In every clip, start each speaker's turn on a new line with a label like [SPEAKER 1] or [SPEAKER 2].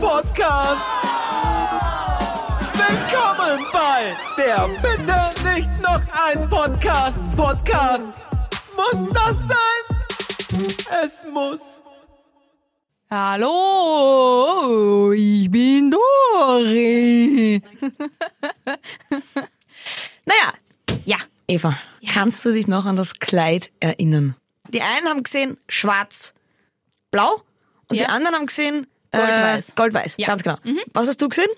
[SPEAKER 1] Podcast. Willkommen bei der Bitte nicht noch ein Podcast. Podcast. Muss das sein? Es muss.
[SPEAKER 2] Hallo, ich bin Dori.
[SPEAKER 3] Naja,
[SPEAKER 2] Ja,
[SPEAKER 3] Eva, kannst du dich noch an das Kleid erinnern? Die einen haben gesehen schwarz-blau und
[SPEAKER 2] Ja.
[SPEAKER 3] die anderen haben gesehen
[SPEAKER 2] Goldweiß.
[SPEAKER 3] Äh, Goldweiß,
[SPEAKER 2] Ja. Mhm.
[SPEAKER 3] ganz genau. Was hast du gesehen?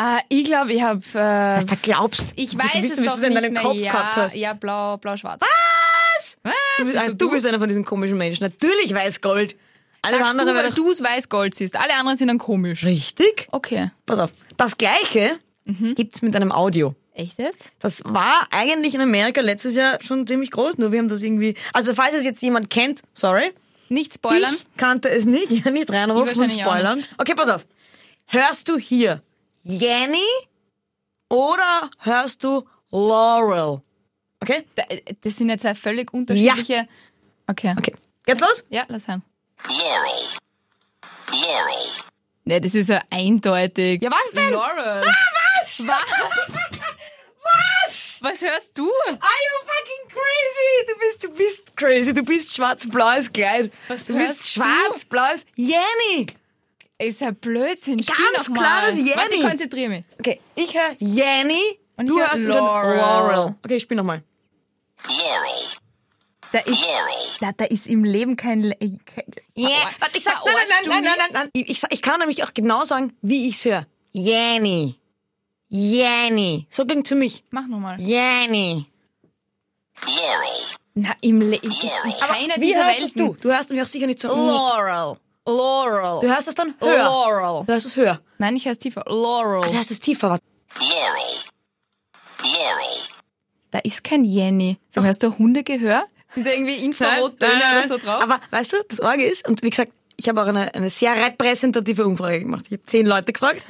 [SPEAKER 2] äh, ich glaube, ich habe. Äh,
[SPEAKER 3] Was da glaubst
[SPEAKER 2] ich weiß
[SPEAKER 3] du
[SPEAKER 2] es
[SPEAKER 3] wissen,
[SPEAKER 2] doch
[SPEAKER 3] wie du es in
[SPEAKER 2] nicht
[SPEAKER 3] deinem
[SPEAKER 2] mehr.
[SPEAKER 3] Kopf
[SPEAKER 2] ja,
[SPEAKER 3] gehabt hast. Ah,
[SPEAKER 2] ja, blau, blau, schwarz. Also
[SPEAKER 3] Du bist, ein, du bist einer von diesen komischen Menschen. Natürlich weiß Gold. Alle
[SPEAKER 2] Sagst du,
[SPEAKER 3] anderen
[SPEAKER 2] weil
[SPEAKER 3] wären doch
[SPEAKER 2] du es weiß Gold siehst. Alle anderen sind dann komisch.
[SPEAKER 3] richtig.
[SPEAKER 2] Okay.
[SPEAKER 3] Pass auf. Das gleiche
[SPEAKER 2] Mhm.
[SPEAKER 3] gibt's mit einem Audio.
[SPEAKER 2] Echt jetzt?
[SPEAKER 3] Das war eigentlich in Amerika letztes Jahr schon ziemlich groß, nur wir haben das irgendwie. Also falls es jetzt jemand kennt, sorry,
[SPEAKER 2] Nicht spoilern.
[SPEAKER 3] Ich kannte es nicht. Ja, nicht
[SPEAKER 2] Ich
[SPEAKER 3] reinrufen und
[SPEAKER 2] wahrscheinlich auch
[SPEAKER 3] spoilern. Okay, pass auf. Hörst du hier Jenny oder hörst du Laurel? Okay?
[SPEAKER 2] Da- Das sind ja zwei völlig unterschiedliche. Okay.
[SPEAKER 3] Okay. Geht's los?
[SPEAKER 2] Ja, lass hören.
[SPEAKER 4] Laurel. Laurel.
[SPEAKER 2] Ne, das ist ja eindeutig.
[SPEAKER 3] Ja, was denn?
[SPEAKER 2] Laurel.
[SPEAKER 3] Was?
[SPEAKER 2] Was? Was hörst du?
[SPEAKER 3] Are you fucking crazy? Du bist, du bist crazy. Du bist schwarz-blaues Kleid.
[SPEAKER 2] Was
[SPEAKER 3] du bist
[SPEAKER 2] hörst du?
[SPEAKER 3] schwarz-blaues Jenny.
[SPEAKER 2] Ist ja Blödsinn. Spiel
[SPEAKER 3] Ganz
[SPEAKER 2] noch
[SPEAKER 3] klares
[SPEAKER 2] mal.
[SPEAKER 3] Jenny.
[SPEAKER 2] Warte, ich konzentriere mich.
[SPEAKER 3] Okay, ich höre Jenny.
[SPEAKER 2] Und
[SPEAKER 3] du
[SPEAKER 2] ich hör
[SPEAKER 3] hörst
[SPEAKER 2] Laurel.
[SPEAKER 3] Anscheinend Laurel. Okay, ich spiel nochmal.
[SPEAKER 4] Laurel.
[SPEAKER 2] Da ist,
[SPEAKER 4] Laurel.
[SPEAKER 2] da, da ist im Leben kein... Le äh, ich- kein
[SPEAKER 3] Yeah.
[SPEAKER 2] Verarsch-
[SPEAKER 3] Warte, ich sag, nein,
[SPEAKER 2] Verarschst
[SPEAKER 3] nein,
[SPEAKER 2] du
[SPEAKER 3] nein, nein,
[SPEAKER 2] mich?
[SPEAKER 3] nein, nein, nein. Ich, ich, sag- ich kann nämlich auch genau sagen, wie ich's höre. Jenny. Jenny. So klingt für mich.
[SPEAKER 2] Mach nochmal.
[SPEAKER 3] Jenny.
[SPEAKER 4] Laurel.
[SPEAKER 2] Na, im Le ich, ich, in
[SPEAKER 3] Aber
[SPEAKER 2] keiner
[SPEAKER 3] wie
[SPEAKER 2] dieser
[SPEAKER 3] hörst es du?
[SPEAKER 2] Welten.
[SPEAKER 3] Du hörst nämlich auch sicher nicht so.
[SPEAKER 2] Laurel.
[SPEAKER 3] Du
[SPEAKER 2] Laurel.
[SPEAKER 3] hörst es dann höher.
[SPEAKER 2] Laurel.
[SPEAKER 3] Du hörst es höher.
[SPEAKER 2] Nein, ich höre es tiefer.
[SPEAKER 3] Du
[SPEAKER 2] Laurel.
[SPEAKER 3] hörst es tiefer. Warte.
[SPEAKER 4] Laurel. Laurel.
[SPEAKER 2] Da ist kein Jenny. So, hörst du Hundegehör? Sind da irgendwie Infrarottöne
[SPEAKER 3] Nein, nein,
[SPEAKER 2] oder so
[SPEAKER 3] nein.
[SPEAKER 2] drauf?
[SPEAKER 3] Aber weißt du, das Orge ist, und wie gesagt, ich habe auch eine, eine sehr repräsentative Umfrage gemacht. Ich habe zehn Leute gefragt.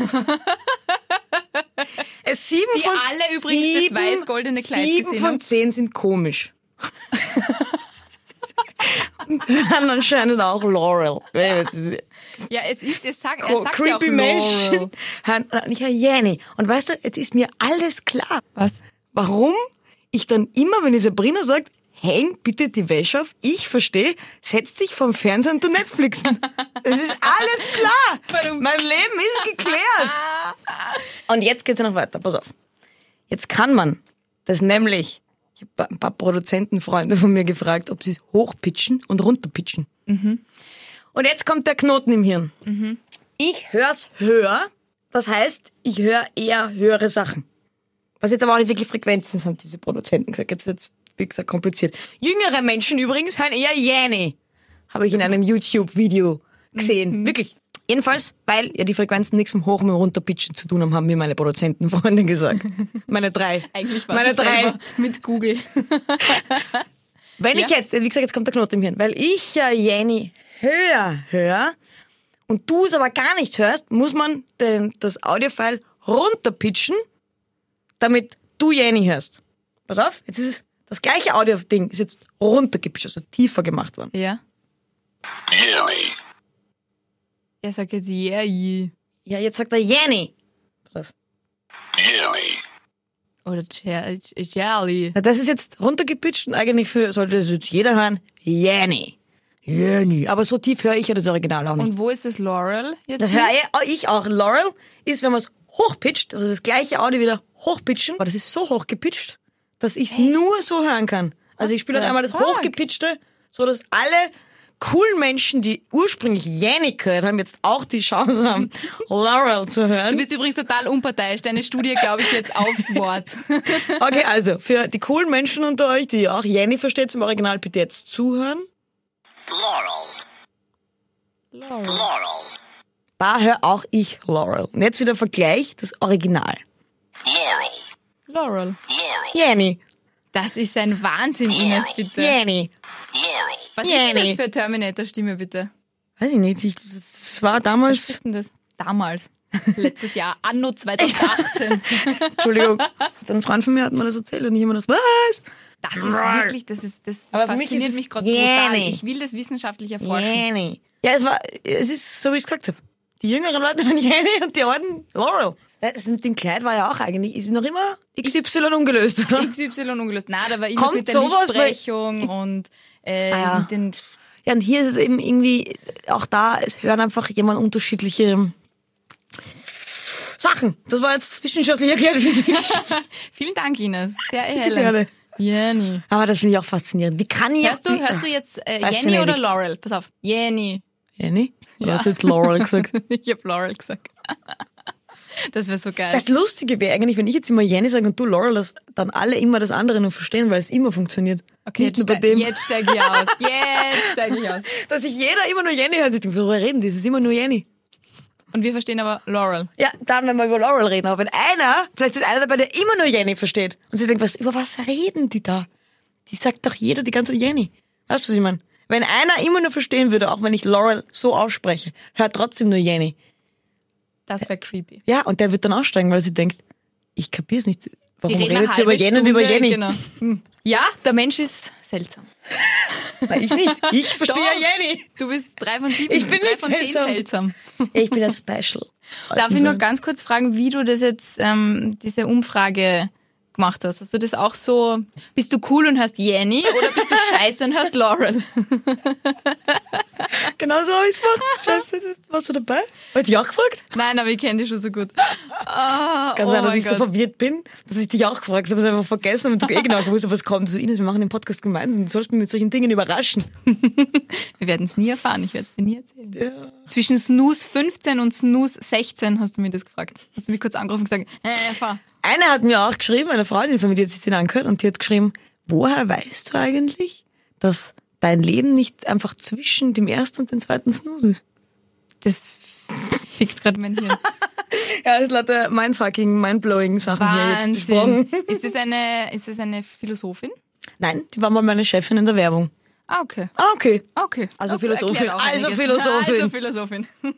[SPEAKER 3] es sieben
[SPEAKER 2] Die
[SPEAKER 3] von
[SPEAKER 2] alle übrigens das
[SPEAKER 3] sieben,
[SPEAKER 2] weiß-goldene Kleid
[SPEAKER 3] Sieben
[SPEAKER 2] gesehen
[SPEAKER 3] von
[SPEAKER 2] haben.
[SPEAKER 3] zehn sind komisch. und hören anscheinend auch Laurel.
[SPEAKER 2] Ja, es ist, es sagt, er
[SPEAKER 3] Co-
[SPEAKER 2] sagt ja auch
[SPEAKER 3] Creepy
[SPEAKER 2] Laurel.
[SPEAKER 3] Menschen. Hören, ich höre Jenny. Und weißt du, jetzt ist mir alles klar
[SPEAKER 2] Was?
[SPEAKER 3] warum ich dann immer, wenn die Sabrina sagt, häng bitte die Wäsche auf, ich verstehe, setz dich vom Fernsehen und du Netflix. Das ist alles klar.
[SPEAKER 2] Badum.
[SPEAKER 3] Mein Leben ist geklärt. Und jetzt geht's noch weiter, pass auf. Jetzt kann man das nämlich, ich habe ein paar Produzentenfreunde von mir gefragt, ob sie es hochpitchen und runterpitchen. Und jetzt kommt der Knoten im Hirn. Ich hör's höher, das heißt, ich höre eher höhere Sachen. Was jetzt aber auch nicht wirklich Frequenzen sind, haben diese Produzenten gesagt. Jetzt wird's, wie gesagt, kompliziert. Jüngere Menschen übrigens hören eher Jenny. Habe ich in einem YouTube-Video
[SPEAKER 2] Mhm.
[SPEAKER 3] gesehen. Wirklich. Jedenfalls, weil ja die Frequenzen nichts mit dem Hoch- und mit dem Runterpitchen zu tun haben, haben mir meine Produzentenfreunde gesagt. Meine drei.
[SPEAKER 2] Eigentlich war
[SPEAKER 3] meine
[SPEAKER 2] es
[SPEAKER 3] drei.
[SPEAKER 2] selber mit Google.
[SPEAKER 3] Wenn ich jetzt, wie gesagt, jetzt kommt der Knoten im Hirn, weil ich ja Jenny höher höre und du es aber gar nicht hörst, muss man den, das Audiofile runterpitchen, damit du Jenny hörst. Pass auf, jetzt ist es das gleiche Audio-Ding, ist jetzt runtergepitcht, also tiefer gemacht worden.
[SPEAKER 2] Ja.
[SPEAKER 4] Yeri.
[SPEAKER 2] Er sagt jetzt yeah, yeah.
[SPEAKER 3] Ja, jetzt sagt er Jenny. Pass auf.
[SPEAKER 4] Yeri.
[SPEAKER 2] Oder Jer- Jelly.
[SPEAKER 3] Na, das ist jetzt runtergepitcht und eigentlich für, sollte das jetzt jeder hören, Jenny. Jenny. Aber so tief höre ich ja das Original auch nicht.
[SPEAKER 2] Und wo ist das Laurel jetzt?
[SPEAKER 3] Das
[SPEAKER 2] hin?
[SPEAKER 3] höre ich auch. Laurel ist, wenn man es hochpitcht, also das gleiche Audio wieder hochpitchen, aber das ist so hochgepitcht, dass ich es nur so hören kann. Also ich spiele
[SPEAKER 2] the
[SPEAKER 3] halt einmal das
[SPEAKER 2] fuck?
[SPEAKER 3] hochgepitchte, so dass alle coolen Menschen, die ursprünglich Yannick gehört haben, jetzt auch die Chance haben, Laurel zu
[SPEAKER 2] Du
[SPEAKER 3] hören.
[SPEAKER 2] bist übrigens total unparteiisch. Deine Studie glaube ich jetzt aufs Wort.
[SPEAKER 3] Okay, also für die coolen Menschen unter euch, die auch Jenny versteht im Original, bitte jetzt zuhören.
[SPEAKER 4] Laurel. Laurel.
[SPEAKER 3] Da höre auch ich Laurel. Und jetzt wieder Vergleich, das Original.
[SPEAKER 4] Laurel.
[SPEAKER 2] Laurel.
[SPEAKER 4] Laurel.
[SPEAKER 3] Jenny,
[SPEAKER 2] Das ist ein Wahnsinn, Ines, bitte.
[SPEAKER 3] Jenny.
[SPEAKER 4] Laurel.
[SPEAKER 2] Was ist denn das
[SPEAKER 3] Jenny.
[SPEAKER 2] für eine Terminator-Stimme, bitte?
[SPEAKER 3] Weiß ich nicht, ich, das war
[SPEAKER 2] Was
[SPEAKER 3] damals...
[SPEAKER 2] ist denn das? Damals. Letztes Jahr, Anno 2018.
[SPEAKER 3] Entschuldigung. So ein Freund von mir hat mir das erzählt und ich immer das, was?
[SPEAKER 2] Das ist wirklich, das, ist, das, das
[SPEAKER 3] Aber für mich
[SPEAKER 2] fasziniert
[SPEAKER 3] ist es
[SPEAKER 2] mich gerade
[SPEAKER 3] Jenny.
[SPEAKER 2] total. Ich will das wissenschaftlich erforschen.
[SPEAKER 3] Ja, es war, es ist so, wie ich es gesagt habe. Die jüngeren Leute waren Jenny und die alten Laurel. Das mit dem Kleid war ja auch eigentlich, ist noch immer XY ungelöst, oder?
[SPEAKER 2] XY ungelöst. Nein, da war irgendwas
[SPEAKER 3] Kommt
[SPEAKER 2] mit der
[SPEAKER 3] sowas bei-
[SPEAKER 2] Nichtsprechung und äh,
[SPEAKER 3] Ah ja.
[SPEAKER 2] mit den
[SPEAKER 3] Ja, und hier ist es eben irgendwie, auch da, es hören einfach jemand unterschiedliche Sachen. Das war jetzt wissenschaftlich erklärt, finde ich.
[SPEAKER 2] Vielen Dank, Ines. Sehr
[SPEAKER 3] gerne.
[SPEAKER 2] erhellend. Jenny.
[SPEAKER 3] Aber das finde ich auch faszinierend. Wie kann ich...
[SPEAKER 2] Hörst du, hörst du jetzt äh, Jenny
[SPEAKER 3] Faszinierend.
[SPEAKER 2] oder Laurel? Pass auf. Jenny.
[SPEAKER 3] Jenny? Oder hast du jetzt Laurel gesagt?
[SPEAKER 2] Ich habe Laurel gesagt. Das wäre so geil.
[SPEAKER 3] Das Lustige wäre eigentlich, wenn ich jetzt immer Jenny sage und du Laurel, dass dann alle immer das andere nur verstehen, weil es immer funktioniert.
[SPEAKER 2] okay,
[SPEAKER 3] Nicht
[SPEAKER 2] jetzt,
[SPEAKER 3] nur bei
[SPEAKER 2] ste-
[SPEAKER 3] dem.
[SPEAKER 2] jetzt steige ich aus. Jetzt steige ich aus.
[SPEAKER 3] Dass sich jeder immer nur Jenny hört. Ich denke, worüber reden die? Es ist immer nur Jenny.
[SPEAKER 2] Und wir verstehen aber Laurel.
[SPEAKER 3] Ja, dann, wenn wir über Laurel reden. Aber wenn einer, vielleicht ist einer dabei, der immer nur Jenny versteht. Und sie denkt, was, über was reden die da? Die sagt doch jeder die ganze Zeit Jenny. Weißt du, was ich meine? Wenn einer immer nur verstehen würde, auch wenn ich Laurel so ausspreche, hört trotzdem nur Jenny.
[SPEAKER 2] Das wäre creepy.
[SPEAKER 3] Ja, und der wird dann aussteigen, weil sie denkt, ich kapier's nicht.
[SPEAKER 2] Die
[SPEAKER 3] Warum
[SPEAKER 2] reden eine
[SPEAKER 3] redet sie
[SPEAKER 2] halbe
[SPEAKER 3] über Jenny und über
[SPEAKER 2] Stunde,
[SPEAKER 3] Jenny?
[SPEAKER 2] Genau. Hm. Ja, der Mensch ist seltsam.
[SPEAKER 3] Weil ich nicht. Ich verstehe
[SPEAKER 2] Doch.
[SPEAKER 3] Jenny.
[SPEAKER 2] Du bist drei von sieben.
[SPEAKER 3] Ich bin
[SPEAKER 2] drei
[SPEAKER 3] nicht
[SPEAKER 2] von zehn
[SPEAKER 3] seltsam.
[SPEAKER 2] seltsam.
[SPEAKER 3] Ja, Ich bin ja special.
[SPEAKER 2] Darf ich nur ganz kurz fragen, wie du das jetzt, ähm, diese Umfrage gemacht hast? Hast du das auch so, bist du cool und hast Jenny oder bist du scheiße und hast Laurel?
[SPEAKER 3] Genau so habe ich's gemacht. Scheiße, warst du dabei? Hat dich auch gefragt?
[SPEAKER 2] Nein, aber ich kenne dich schon so gut.
[SPEAKER 3] Kann
[SPEAKER 2] oh
[SPEAKER 3] sein, dass
[SPEAKER 2] mein
[SPEAKER 3] ich so
[SPEAKER 2] Gott.
[SPEAKER 3] verwirrt bin, dass ich dich auch gefragt habe, es einfach vergessen und du eh genau gewusst hast, was kommt. So, Ines, wir machen den Podcast gemeinsam. Du sollst mich mit solchen Dingen überraschen.
[SPEAKER 2] Wir werden es nie erfahren, ich werde es dir nie erzählen.
[SPEAKER 3] Ja.
[SPEAKER 2] Zwischen Snooze 15 und Snooze 16 hast du mir das gefragt. Hast du mich kurz angerufen und gesagt, äh, fahr.
[SPEAKER 3] Eine hat mir auch geschrieben, eine Freundin von mir, die hat sich den angehört und die hat geschrieben, woher weißt du eigentlich, dass dein Leben nicht einfach zwischen dem ersten und dem zweiten Snooze ist?
[SPEAKER 2] Das fickt gerade mein Hirn.
[SPEAKER 3] Ja, es ist lauter mindfucking, mindblowing Sachen hier jetzt
[SPEAKER 2] Wahnsinn.
[SPEAKER 3] besprochen.
[SPEAKER 2] Ist das eine, ist das eine Philosophin?
[SPEAKER 3] Nein, die war mal meine Chefin in der Werbung.
[SPEAKER 2] Ah, okay.
[SPEAKER 3] Ah, okay.
[SPEAKER 2] Okay.
[SPEAKER 3] Also
[SPEAKER 2] Okay, erklärt
[SPEAKER 3] Philosophin.
[SPEAKER 2] auch
[SPEAKER 3] Also
[SPEAKER 2] einiges.
[SPEAKER 3] Philosophin.
[SPEAKER 2] Also Philosophin.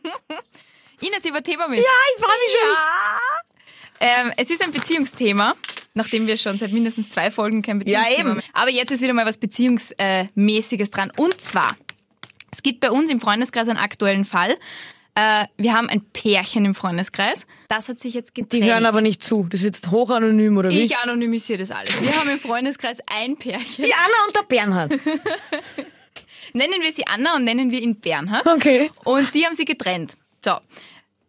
[SPEAKER 2] Ines, über Thema mit.
[SPEAKER 3] Ah, ich freue mich schon.
[SPEAKER 2] Ähm, es ist ein Beziehungsthema, nachdem wir schon seit mindestens zwei Folgen kein Beziehungsthema
[SPEAKER 3] eben.
[SPEAKER 2] haben. Aber jetzt ist wieder mal was Beziehungsmäßiges dran. Und zwar, es gibt bei uns im Freundeskreis einen aktuellen Fall. Äh, wir haben ein Pärchen im Freundeskreis. Das hat sich jetzt
[SPEAKER 3] Die
[SPEAKER 2] getrennt.
[SPEAKER 3] hören aber nicht zu. Das ist jetzt hochanonym, oder wie?
[SPEAKER 2] ich anonymisiere das alles. Wir haben im Freundeskreis ein Pärchen.
[SPEAKER 3] Die Anna und der Bernhard.
[SPEAKER 2] Nennen wir sie Anna und nennen wir ihn Bernhard.
[SPEAKER 3] Okay.
[SPEAKER 2] Und die haben sie getrennt. So.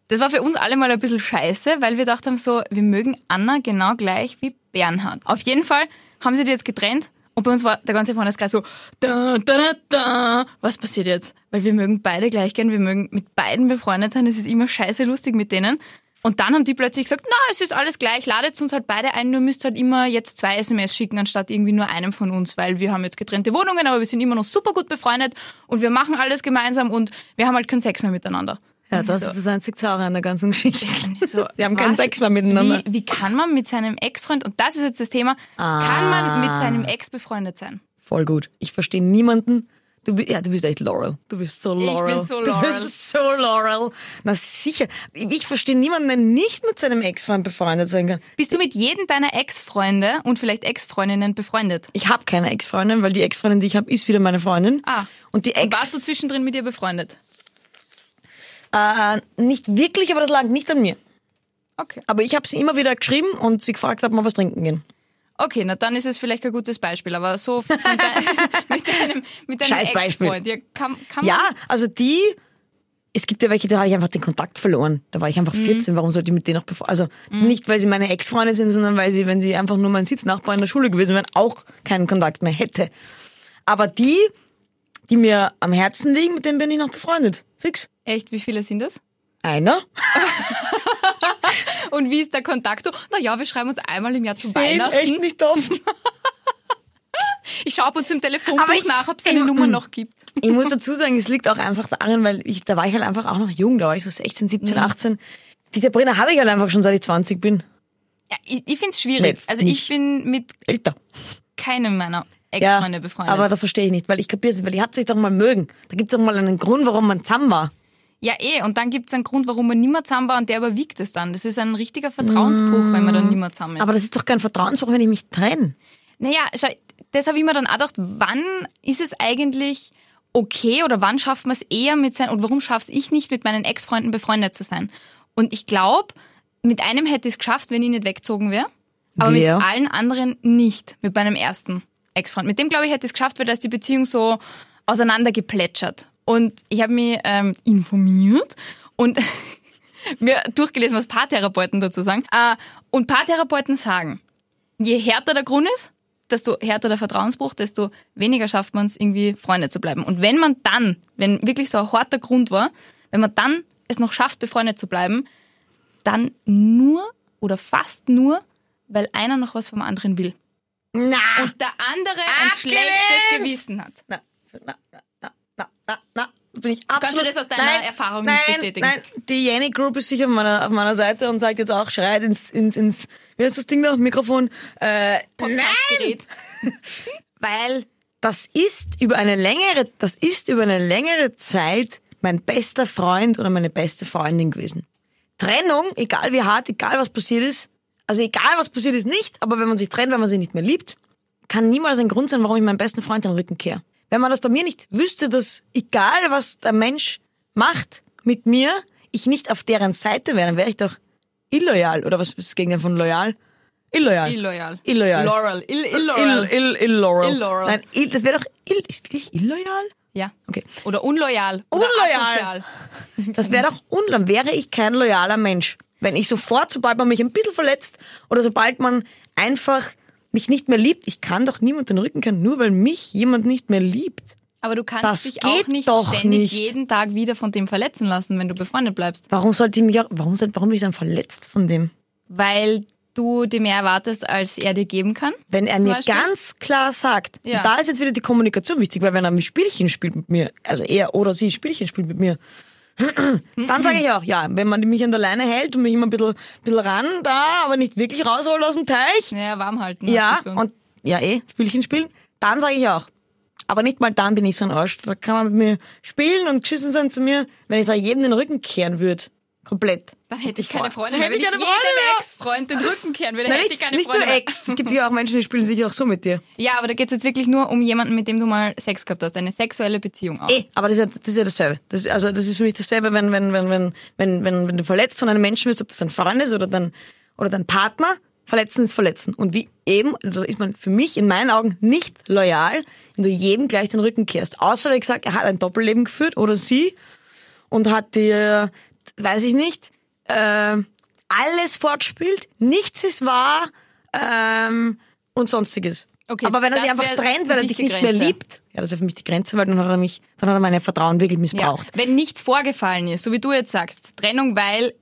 [SPEAKER 2] Das war für uns alle mal ein bisschen scheiße, weil wir gedacht haben so, wir mögen Anna genau gleich wie Bernhard. Auf jeden Fall haben sie die jetzt getrennt und bei uns war der ganze Freundeskreis so, da, da, da, da, was passiert jetzt? Weil wir mögen beide gleich gern, wir mögen mit beiden befreundet sein, es ist immer scheiße lustig mit denen. Und dann haben die plötzlich gesagt, na, es ist alles gleich, ladet uns halt beide ein, nur müsst halt immer jetzt zwei SMS schicken, anstatt irgendwie nur einem von uns, weil wir haben jetzt getrennte Wohnungen, aber wir sind immer noch super gut befreundet und wir machen alles gemeinsam und wir haben halt keinen Sex mehr miteinander.
[SPEAKER 3] Ja, das ist das einzig Zauber an der ganzen Geschichte.
[SPEAKER 2] Also So,
[SPEAKER 3] Die haben keinen
[SPEAKER 2] was?
[SPEAKER 3] Sex mehr miteinander.
[SPEAKER 2] Wie, wie kann man mit seinem Ex-Freund, und das ist jetzt das Thema, kann man
[SPEAKER 3] Ah.
[SPEAKER 2] mit seinem Ex befreundet sein?
[SPEAKER 3] Voll gut. Ich verstehe niemanden. Du bist, ja, du bist echt Laurel. Du bist so
[SPEAKER 2] bin
[SPEAKER 3] Laurel.
[SPEAKER 2] so
[SPEAKER 3] Du
[SPEAKER 2] Laurel.
[SPEAKER 3] bist so Laurel. Na sicher. Ich, ich verstehe niemanden, der nicht mit seinem Ex-Freund befreundet sein kann.
[SPEAKER 2] Bist du mit jedem deiner Ex-Freunde und vielleicht Ex-Freundinnen befreundet?
[SPEAKER 3] Ich habe keine Ex-Freundin, weil die Ex-Freundin, die ich habe, ist wieder meine Freundin.
[SPEAKER 2] Ah.
[SPEAKER 3] Und die Ex,
[SPEAKER 2] Warst du zwischendrin mit ihr befreundet?
[SPEAKER 3] äh, nicht wirklich, aber das lag nicht an mir.
[SPEAKER 2] Okay.
[SPEAKER 3] Aber ich habe sie immer wieder geschrieben und sie gefragt, ob wir was trinken gehen.
[SPEAKER 2] Okay, na dann ist es vielleicht kein gutes Beispiel, aber so von dein, mit deinem, mit deinem
[SPEAKER 3] Scheiß Beispiel.
[SPEAKER 2] Ex-Freund. Ja, kann, kann
[SPEAKER 3] Ja,
[SPEAKER 2] man,
[SPEAKER 3] also die, es gibt ja welche, da habe ich einfach den Kontakt verloren. Da war ich einfach 14, warum sollte ich mit denen noch bevor? Also nicht, weil sie meine Ex-Freunde sind, sondern weil sie, wenn sie einfach nur mein Sitznachbar in der Schule gewesen wären, auch keinen Kontakt mehr hätte. Aber die, die mir am Herzen liegen, mit denen bin ich noch befreundet. Fix.
[SPEAKER 2] echt, wie viele sind das?
[SPEAKER 3] Einer?
[SPEAKER 2] Und wie ist der Kontakt so? Na ja, wir schreiben uns einmal im Jahr zu
[SPEAKER 3] Den
[SPEAKER 2] Weihnachten.
[SPEAKER 3] echt nicht oft.
[SPEAKER 2] Ich schaue ab und zu im Telefonbuch
[SPEAKER 3] Aber ich- hm.
[SPEAKER 2] nach, ob es
[SPEAKER 3] ich-
[SPEAKER 2] eine Nummer noch gibt.
[SPEAKER 3] Ich muss dazu sagen, es liegt auch einfach daran, weil ich, da war ich halt einfach auch noch jung, da war ich so 16, 17, 18. Diese Brenner habe ich halt einfach schon seit ich 20 bin.
[SPEAKER 2] Ja, ich ich finde es schwierig.
[SPEAKER 3] Jetzt
[SPEAKER 2] Also ich
[SPEAKER 3] nicht.
[SPEAKER 2] bin mit
[SPEAKER 3] Älter.
[SPEAKER 2] keinem meiner Ex-Freunde befreundet.
[SPEAKER 3] Aber das verstehe ich nicht, weil ich kapiere es nicht, weil die habt sich doch mal mögen. Da gibt es doch mal einen Grund, warum man zusammen war.
[SPEAKER 2] ja, eh. Und dann gibt es einen Grund, warum man nimmer zusammen war und der überwiegt es dann. Das ist ein richtiger Vertrauensbruch, wenn man dann nimmer zusammen ist.
[SPEAKER 3] Aber das ist doch kein Vertrauensbruch, wenn ich mich trenne.
[SPEAKER 2] naja, schau, das habe ich mir dann auch gedacht, wann ist es eigentlich okay oder wann schafft man es eher mit sein und warum schaff's ich nicht mit meinen Ex-Freunden befreundet zu sein? Und ich glaube, mit einem hätte ich es geschafft, wenn ich nicht weggezogen wäre, aber
[SPEAKER 3] Wer?
[SPEAKER 2] mit allen anderen nicht, mit meinem ersten Ex-Freund. Mit dem, glaube ich, hätte ich es geschafft, weil da ist die Beziehung so auseinandergeplätschert. Und ich habe mich ähm, informiert und mir durchgelesen, was Paartherapeuten dazu sagen. Äh, und Paartherapeuten sagen, je härter der Grund ist, desto härter der Vertrauensbruch, desto weniger schafft man es irgendwie, Freunde zu bleiben. Und wenn man dann, wenn wirklich so ein harter Grund war, wenn man dann es noch schafft, befreundet zu bleiben, dann nur oder fast nur, weil einer noch was vom anderen will.
[SPEAKER 3] Na,
[SPEAKER 2] Und der andere ein
[SPEAKER 3] Abgelehnt!
[SPEAKER 2] schlechtes Gewissen hat.
[SPEAKER 3] na, na, na, na, na, na, na. Bin ich
[SPEAKER 2] du
[SPEAKER 3] absolut,
[SPEAKER 2] das aus deiner
[SPEAKER 3] nein,
[SPEAKER 2] Erfahrung
[SPEAKER 3] nein,
[SPEAKER 2] nicht bestätigen?
[SPEAKER 3] Nein, die Jenny Group ist sicher auf meiner, auf meiner Seite und sagt jetzt auch, schreit ins, ins, ins, wie heißt das Ding da? Mikrofon. Äh, nein!
[SPEAKER 2] Gerät.
[SPEAKER 3] Weil das ist über eine längere, das ist über eine längere Zeit mein bester Freund oder meine beste Freundin gewesen. Trennung, egal wie hart, egal was passiert ist, also egal was passiert ist nicht, aber wenn man sich trennt, weil man sich nicht mehr liebt, kann niemals ein Grund sein, warum ich meinem besten Freund den Rücken kehre. Wenn man das bei mir nicht wüsste, dass egal was der Mensch macht mit mir, ich nicht auf deren Seite wäre, dann wäre ich doch illoyal. Oder was ist das Gegenteil von loyal? Illoyal.
[SPEAKER 2] Illoyal.
[SPEAKER 3] Illoyal. Äh,
[SPEAKER 2] Laurel. Ill, illoyal.
[SPEAKER 3] Ill, ill, illoyal.
[SPEAKER 2] Illoyal.
[SPEAKER 3] Nein, ill, das wäre doch ill, ist wirklich illoyal?
[SPEAKER 2] ja.
[SPEAKER 3] Okay.
[SPEAKER 2] Oder unloyal.
[SPEAKER 3] Unloyal.
[SPEAKER 2] Oder asozial.
[SPEAKER 3] Das wäre doch unloyal. Wäre ich kein loyaler Mensch, wenn ich sofort, sobald man mich ein bisschen verletzt oder sobald man einfach mich nicht mehr liebt, ich kann doch niemand den Rücken kehren, nur weil mich jemand nicht mehr liebt.
[SPEAKER 2] Aber du kannst
[SPEAKER 3] Das
[SPEAKER 2] dich auch
[SPEAKER 3] geht
[SPEAKER 2] nicht
[SPEAKER 3] doch
[SPEAKER 2] ständig
[SPEAKER 3] nicht.
[SPEAKER 2] jeden Tag wieder von dem verletzen lassen, wenn du befreundet bleibst.
[SPEAKER 3] Warum sollte ich mich auch, warum, soll, warum bin ich dann verletzt von dem?
[SPEAKER 2] Weil du dir mehr erwartest, als er dir geben kann.
[SPEAKER 3] Wenn er
[SPEAKER 2] Zum
[SPEAKER 3] mir
[SPEAKER 2] Beispiel?
[SPEAKER 3] ganz klar sagt,
[SPEAKER 2] Ja.
[SPEAKER 3] da ist jetzt wieder die Kommunikation wichtig, weil wenn er ein Spielchen spielt mit mir, also er oder sie Spielchen spielt mit mir, dann sage ich auch, ja, wenn man mich an der Leine hält und mich immer ein bisschen, bisschen ran, da, aber nicht wirklich rausholt aus dem Teich,
[SPEAKER 2] Ja, warm halten.
[SPEAKER 3] Ja,
[SPEAKER 2] heißt das bei uns.
[SPEAKER 3] und ja, eh, Spielchen spielen, dann sage ich auch. Aber nicht mal dann bin ich so ein Arsch. Da kann man mit mir spielen und geschissen sein zu mir, wenn ich da jedem den Rücken kehren würde. Komplett.
[SPEAKER 2] dann hätte ich keine Freunde mehr,
[SPEAKER 3] Hätte
[SPEAKER 2] wenn ich
[SPEAKER 3] ich keine
[SPEAKER 2] jedem
[SPEAKER 3] Freunde mehr.
[SPEAKER 2] Ex-Freund den Rücken kehren würde.
[SPEAKER 3] Nein,
[SPEAKER 2] hätte ich
[SPEAKER 3] nicht,
[SPEAKER 2] keine
[SPEAKER 3] nicht
[SPEAKER 2] Freunde
[SPEAKER 3] nur
[SPEAKER 2] mehr.
[SPEAKER 3] Ex. Es gibt ja auch Menschen, die spielen sich auch so mit dir.
[SPEAKER 2] Ja, aber da geht's jetzt wirklich nur um jemanden, mit dem du mal Sex gehabt hast. Eine sexuelle Beziehung auch.
[SPEAKER 3] Eh, aber das ist ja, das ist ja dasselbe. Das, ist- also das ist für mich dasselbe, wenn, wenn, wenn, wenn, wenn, wenn, wenn du verletzt von einem Menschen bist, ob das dein Freund ist oder dein, oder dein Partner, verletzen ist verletzen. Und wie eben, da ist man für mich in meinen Augen nicht loyal, wenn du jedem gleich den Rücken kehrst. Außer, wie gesagt, er hat ein Doppelleben geführt oder sie und hat dir, weiß ich nicht, äh, alles fortspielt, nichts ist wahr ähm, und sonstiges.
[SPEAKER 2] Okay,
[SPEAKER 3] Aber wenn er sich
[SPEAKER 2] das
[SPEAKER 3] einfach
[SPEAKER 2] wär
[SPEAKER 3] trennt,
[SPEAKER 2] für
[SPEAKER 3] weil er
[SPEAKER 2] dich
[SPEAKER 3] dich
[SPEAKER 2] die
[SPEAKER 3] nicht mehr
[SPEAKER 2] Grenze.
[SPEAKER 3] liebt, ja, das wäre für mich die Grenze, weil dann hat er mich, dann hat er mein Vertrauen wirklich missbraucht.
[SPEAKER 2] Ja. Wenn nichts vorgefallen ist, so wie du jetzt sagst, Trennung, weil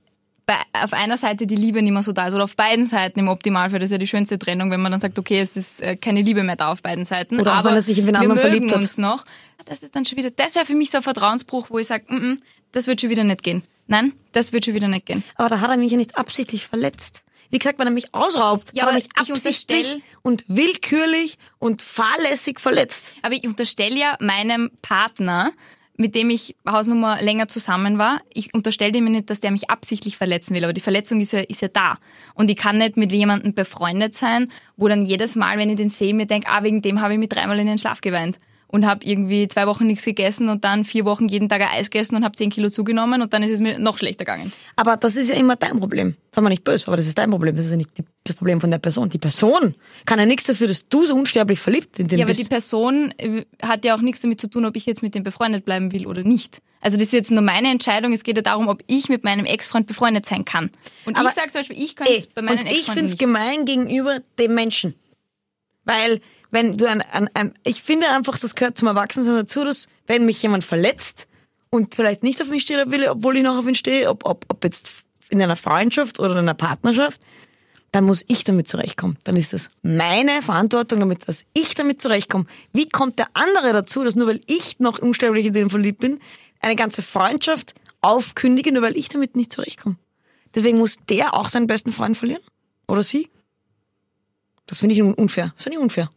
[SPEAKER 2] bei, auf einer Seite die Liebe nicht mehr so da ist oder auf beiden Seiten im Optimalfall, das ist ja die schönste Trennung, wenn man dann sagt, okay, es ist äh, keine Liebe mehr da auf beiden Seiten.
[SPEAKER 3] Oder auch
[SPEAKER 2] aber
[SPEAKER 3] wenn er sich in wen anderen
[SPEAKER 2] wir mögen
[SPEAKER 3] verliebt hat.
[SPEAKER 2] uns noch. Das ist dann schon wieder, das wäre für mich so ein Vertrauensbruch, wo ich sage, mm -mm, das wird schon wieder nicht gehen. Nein, das wird schon wieder nicht gehen.
[SPEAKER 3] Aber da hat er mich ja nicht absichtlich verletzt. Wie gesagt, wenn er mich ausraubt,
[SPEAKER 2] Ja,
[SPEAKER 3] hat er
[SPEAKER 2] aber
[SPEAKER 3] mich
[SPEAKER 2] ich
[SPEAKER 3] absichtlich
[SPEAKER 2] unterstell-
[SPEAKER 3] und willkürlich und fahrlässig verletzt.
[SPEAKER 2] Aber ich unterstelle ja meinem Partner, mit dem ich Hausnummer länger zusammen war, ich unterstelle dem ja nicht, dass der mich absichtlich verletzen will, aber die Verletzung ist ja, ist ja da. Und ich kann nicht mit jemandem befreundet sein, wo dann jedes Mal, wenn ich den sehe, mir denke, ah, wegen dem habe ich mir dreimal in den Schlaf geweint und habe irgendwie zwei Wochen nichts gegessen und dann vier Wochen jeden Tag ein Eis gegessen und habe zehn Kilo zugenommen und dann ist es mir noch schlechter gegangen.
[SPEAKER 3] Aber das ist ja immer dein Problem. Sei mal nicht böse, aber das ist dein Problem. Das ist ja nicht die- das Problem von der Person. Die Person kann ja nichts dafür, dass du so unsterblich verliebt in den
[SPEAKER 2] Ja, aber
[SPEAKER 3] bist.
[SPEAKER 2] die Person äh, hat ja auch nichts damit zu tun, ob ich jetzt mit dem befreundet bleiben will oder nicht. Also das ist jetzt nur meine Entscheidung. Es geht ja darum, ob ich mit meinem Ex-Freund befreundet sein kann. Und
[SPEAKER 3] Aber-
[SPEAKER 2] ich sage zum Beispiel, ich kann
[SPEAKER 3] Ey,
[SPEAKER 2] es bei meinen
[SPEAKER 3] und ich
[SPEAKER 2] Ex-Freunden
[SPEAKER 3] finde es
[SPEAKER 2] nicht.
[SPEAKER 3] gemein gegenüber dem Menschen. Weil, wenn du ein, ein, ein, ich finde einfach, das gehört zum Erwachsensein dazu, dass, wenn mich jemand verletzt und vielleicht nicht auf mich steht, obwohl ich noch auf ihn stehe, ob, ob, ob jetzt in einer Freundschaft oder in einer Partnerschaft, dann muss ich damit zurechtkommen. Dann ist das meine Verantwortung, damit, dass ich damit zurechtkomme. Wie kommt der andere dazu, dass nur weil ich noch unsterblich in den verliebt bin, eine ganze Freundschaft aufkündige, nur weil ich damit nicht zurechtkomme? Deswegen muss der auch seinen besten Freund verlieren? Oder sie? Das finde ich un- unfair. Das finde ich unfair.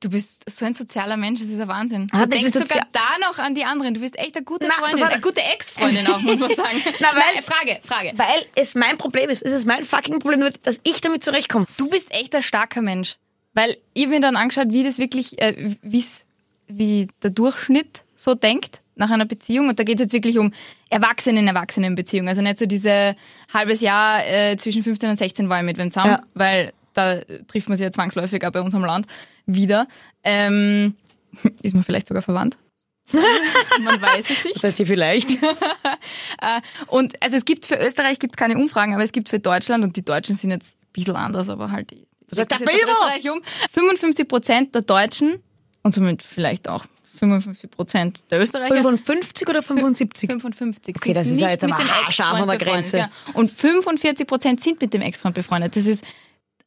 [SPEAKER 2] Du bist so ein sozialer Mensch, das ist ein Wahnsinn.
[SPEAKER 3] Hat
[SPEAKER 2] du
[SPEAKER 3] nichts
[SPEAKER 2] denkst
[SPEAKER 3] mit
[SPEAKER 2] sogar
[SPEAKER 3] Sozia-
[SPEAKER 2] da noch an die anderen. Du bist echt eine gute
[SPEAKER 3] Na, das
[SPEAKER 2] Freundin,
[SPEAKER 3] hat-
[SPEAKER 2] eine gute Ex-Freundin auch, muss man sagen.
[SPEAKER 3] Na, weil-
[SPEAKER 2] Nein, Frage, Frage.
[SPEAKER 3] Weil es mein Problem ist. Es ist mein fucking Problem, dass ich damit zurechtkomme.
[SPEAKER 2] Du bist echt ein starker Mensch. Weil ich hab mir dann angeschaut, wie das wirklich, äh, wie's, wie der Durchschnitt so denkt nach einer Beziehung, und da geht es jetzt wirklich um Erwachsenen-Erwachsenen-Beziehung, also nicht so diese halbes Jahr äh, zwischen 15 und 16 war ich mit wem zusammen,
[SPEAKER 3] Ja.
[SPEAKER 2] weil da trifft man sich ja zwangsläufig auch bei uns am Land wieder. Ähm, ist man vielleicht sogar verwandt? man weiß es nicht.
[SPEAKER 3] Das heißt hier vielleicht.
[SPEAKER 2] Und also es gibt für Österreich gibt's keine Umfragen, aber es gibt für Deutschland und die Deutschen sind jetzt ein bisschen anders, aber halt die. Was
[SPEAKER 3] heißt ein bisschen?
[SPEAKER 2] Österreich um. 55 Prozent der Deutschen und somit vielleicht auch 55 Prozent der Österreicher.
[SPEAKER 3] 55 oder 75?
[SPEAKER 2] 55.
[SPEAKER 3] Okay, das
[SPEAKER 2] sind
[SPEAKER 3] ist ja
[SPEAKER 2] nicht
[SPEAKER 3] jetzt
[SPEAKER 2] mit
[SPEAKER 3] aber
[SPEAKER 2] dem
[SPEAKER 3] haarscharf
[SPEAKER 2] Ex-Freund
[SPEAKER 3] an der
[SPEAKER 2] befreundet,
[SPEAKER 3] Grenze.
[SPEAKER 2] Ja. Und 45 Prozent sind mit dem Ex-Freund befreundet. Das ist,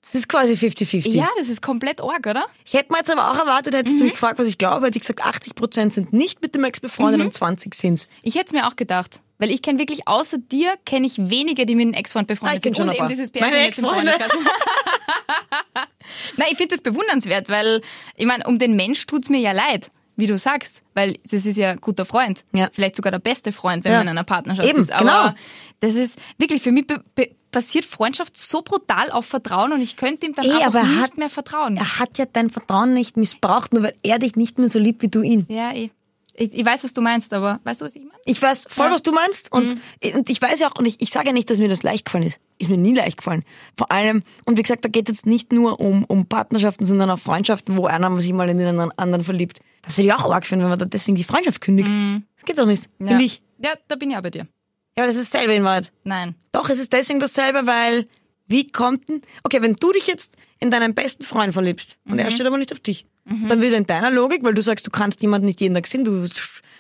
[SPEAKER 3] Das ist quasi 50-50.
[SPEAKER 2] ja, das ist komplett arg, oder?
[SPEAKER 3] Ich hätte mir jetzt aber auch erwartet, hättest du mich gefragt, was ich glaube, hätte ich gesagt, 80% sind nicht mit dem Ex befreundet und 20 sind's.
[SPEAKER 2] Ich hätte es mir auch gedacht. Weil ich kenne wirklich, außer dir kenne ich wenige, die mit einem Ex-Freund
[SPEAKER 3] Ah, ich
[SPEAKER 2] befreundet
[SPEAKER 3] kenn
[SPEAKER 2] sind. Und
[SPEAKER 3] schon ein
[SPEAKER 2] eben
[SPEAKER 3] paar.
[SPEAKER 2] dieses
[SPEAKER 3] Meine
[SPEAKER 2] Pärchen jetzt im
[SPEAKER 3] Ex-Freunde.
[SPEAKER 2] Freundeskreis. Nein, ich finde das bewundernswert, weil, ich meine, um den Mensch tut's mir ja leid, wie du sagst. Weil das ist ja ein guter Freund.
[SPEAKER 3] Ja.
[SPEAKER 2] Vielleicht sogar der beste Freund, wenn
[SPEAKER 3] Ja.
[SPEAKER 2] man in einer Partnerschaft
[SPEAKER 3] Eben,
[SPEAKER 2] ist. Aber
[SPEAKER 3] genau.
[SPEAKER 2] das ist wirklich, für mich be- be- basiert Freundschaft so brutal auf Vertrauen und ich könnte ihm dann
[SPEAKER 3] Ey,
[SPEAKER 2] einfach
[SPEAKER 3] Eh, aber er
[SPEAKER 2] nicht
[SPEAKER 3] hat- Ah.
[SPEAKER 2] mehr vertrauen.
[SPEAKER 3] Er hat ja dein Vertrauen nicht missbraucht, nur weil er dich nicht mehr so liebt wie du ihn.
[SPEAKER 2] Ja, ich, ich, ich weiß, was du meinst, aber weißt du, was ich meine?
[SPEAKER 3] Ich weiß voll,
[SPEAKER 2] Ja.
[SPEAKER 3] was du meinst und, und ich weiß ja auch, und ich, ich sage ja nicht, dass mir das leicht gefallen ist. Ist mir nie leicht gefallen. Vor allem, und wie gesagt, da geht es jetzt nicht nur um, um Partnerschaften, sondern auch Freundschaften, wo einer sich mal in den anderen- anderen verliebt. Das würde ich auch arg finden, wenn man da deswegen die Freundschaft kündigt. Das geht doch nicht,
[SPEAKER 2] Ja.
[SPEAKER 3] finde ich.
[SPEAKER 2] Ja, da bin ich auch bei dir.
[SPEAKER 3] Mhm. Ja, aber das ist dasselbe in Wahrheit.
[SPEAKER 2] Nein.
[SPEAKER 3] Doch, es ist deswegen dasselbe, weil wie kommt denn, okay, wenn du dich jetzt in deinen besten Freund verliebst und
[SPEAKER 2] Mhm.
[SPEAKER 3] er steht aber nicht auf dich, dann wird in deiner Logik, weil du sagst, du kannst jemanden nicht jeden Tag sehen, du,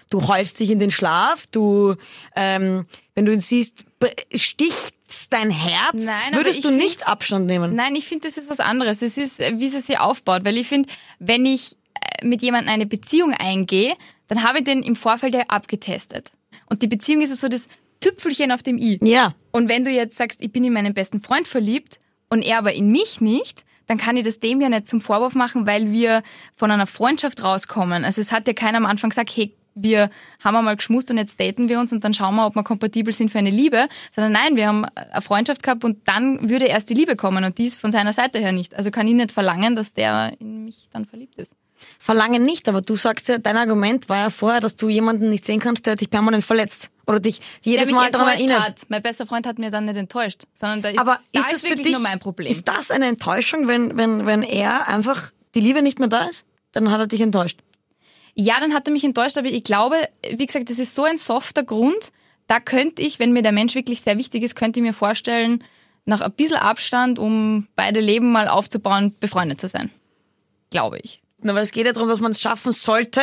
[SPEAKER 3] du heulst dich in den Schlaf, du, ähm, wenn du ihn siehst, b- sticht dein Herz,
[SPEAKER 2] Nein, aber ich
[SPEAKER 3] würdest du
[SPEAKER 2] find's-
[SPEAKER 3] nicht Abstand nehmen.
[SPEAKER 2] Nein, ich finde, das ist was anderes. Das ist, äh, wie sie sich aufbaut. Weil ich finde, wenn ich äh, mit jemandem eine Beziehung eingehe, dann habe ich den im Vorfeld ja abgetestet. Und die Beziehung ist ja so das Tüpfelchen auf dem i.
[SPEAKER 3] Ja.
[SPEAKER 2] Und wenn du jetzt sagst, ich bin in meinen besten Freund verliebt und er aber in mich nicht, dann kann ich das dem ja nicht zum Vorwurf machen, weil wir von einer Freundschaft rauskommen. Also es hat ja keiner am Anfang gesagt, hey, wir haben einmal geschmust und jetzt daten wir uns und dann schauen wir, ob wir kompatibel sind für eine Liebe. Sondern nein, wir haben eine Freundschaft gehabt und dann würde erst die Liebe kommen und dies von seiner Seite her nicht. Also kann ich nicht verlangen, dass der in mich dann verliebt ist.
[SPEAKER 3] Verlangen nicht, aber du sagst ja, dein Argument war ja vorher, dass du jemanden nicht sehen kannst, der dich permanent verletzt oder dich
[SPEAKER 2] Der
[SPEAKER 3] jedes
[SPEAKER 2] mich
[SPEAKER 3] Mal daran
[SPEAKER 2] enttäuscht
[SPEAKER 3] erinnert.
[SPEAKER 2] hat. Mein bester Freund hat mir dann nicht enttäuscht, sondern da ist,
[SPEAKER 3] Aber
[SPEAKER 2] da
[SPEAKER 3] ist,
[SPEAKER 2] ist,
[SPEAKER 3] es für
[SPEAKER 2] wirklich
[SPEAKER 3] dich,
[SPEAKER 2] nur mein Problem.
[SPEAKER 3] Ist das eine Enttäuschung, wenn, wenn, wenn er einfach die Liebe nicht mehr da ist? Dann hat er dich enttäuscht.
[SPEAKER 2] Ja, dann hat er mich enttäuscht, aber ich glaube, wie gesagt, das ist so ein softer Grund. Da könnte ich, wenn mir der Mensch wirklich sehr wichtig ist, könnte ich mir vorstellen, nach ein bisschen Abstand, um beide Leben mal aufzubauen, befreundet zu sein. Glaube ich.
[SPEAKER 3] Na, weil es geht ja darum, dass man es schaffen sollte,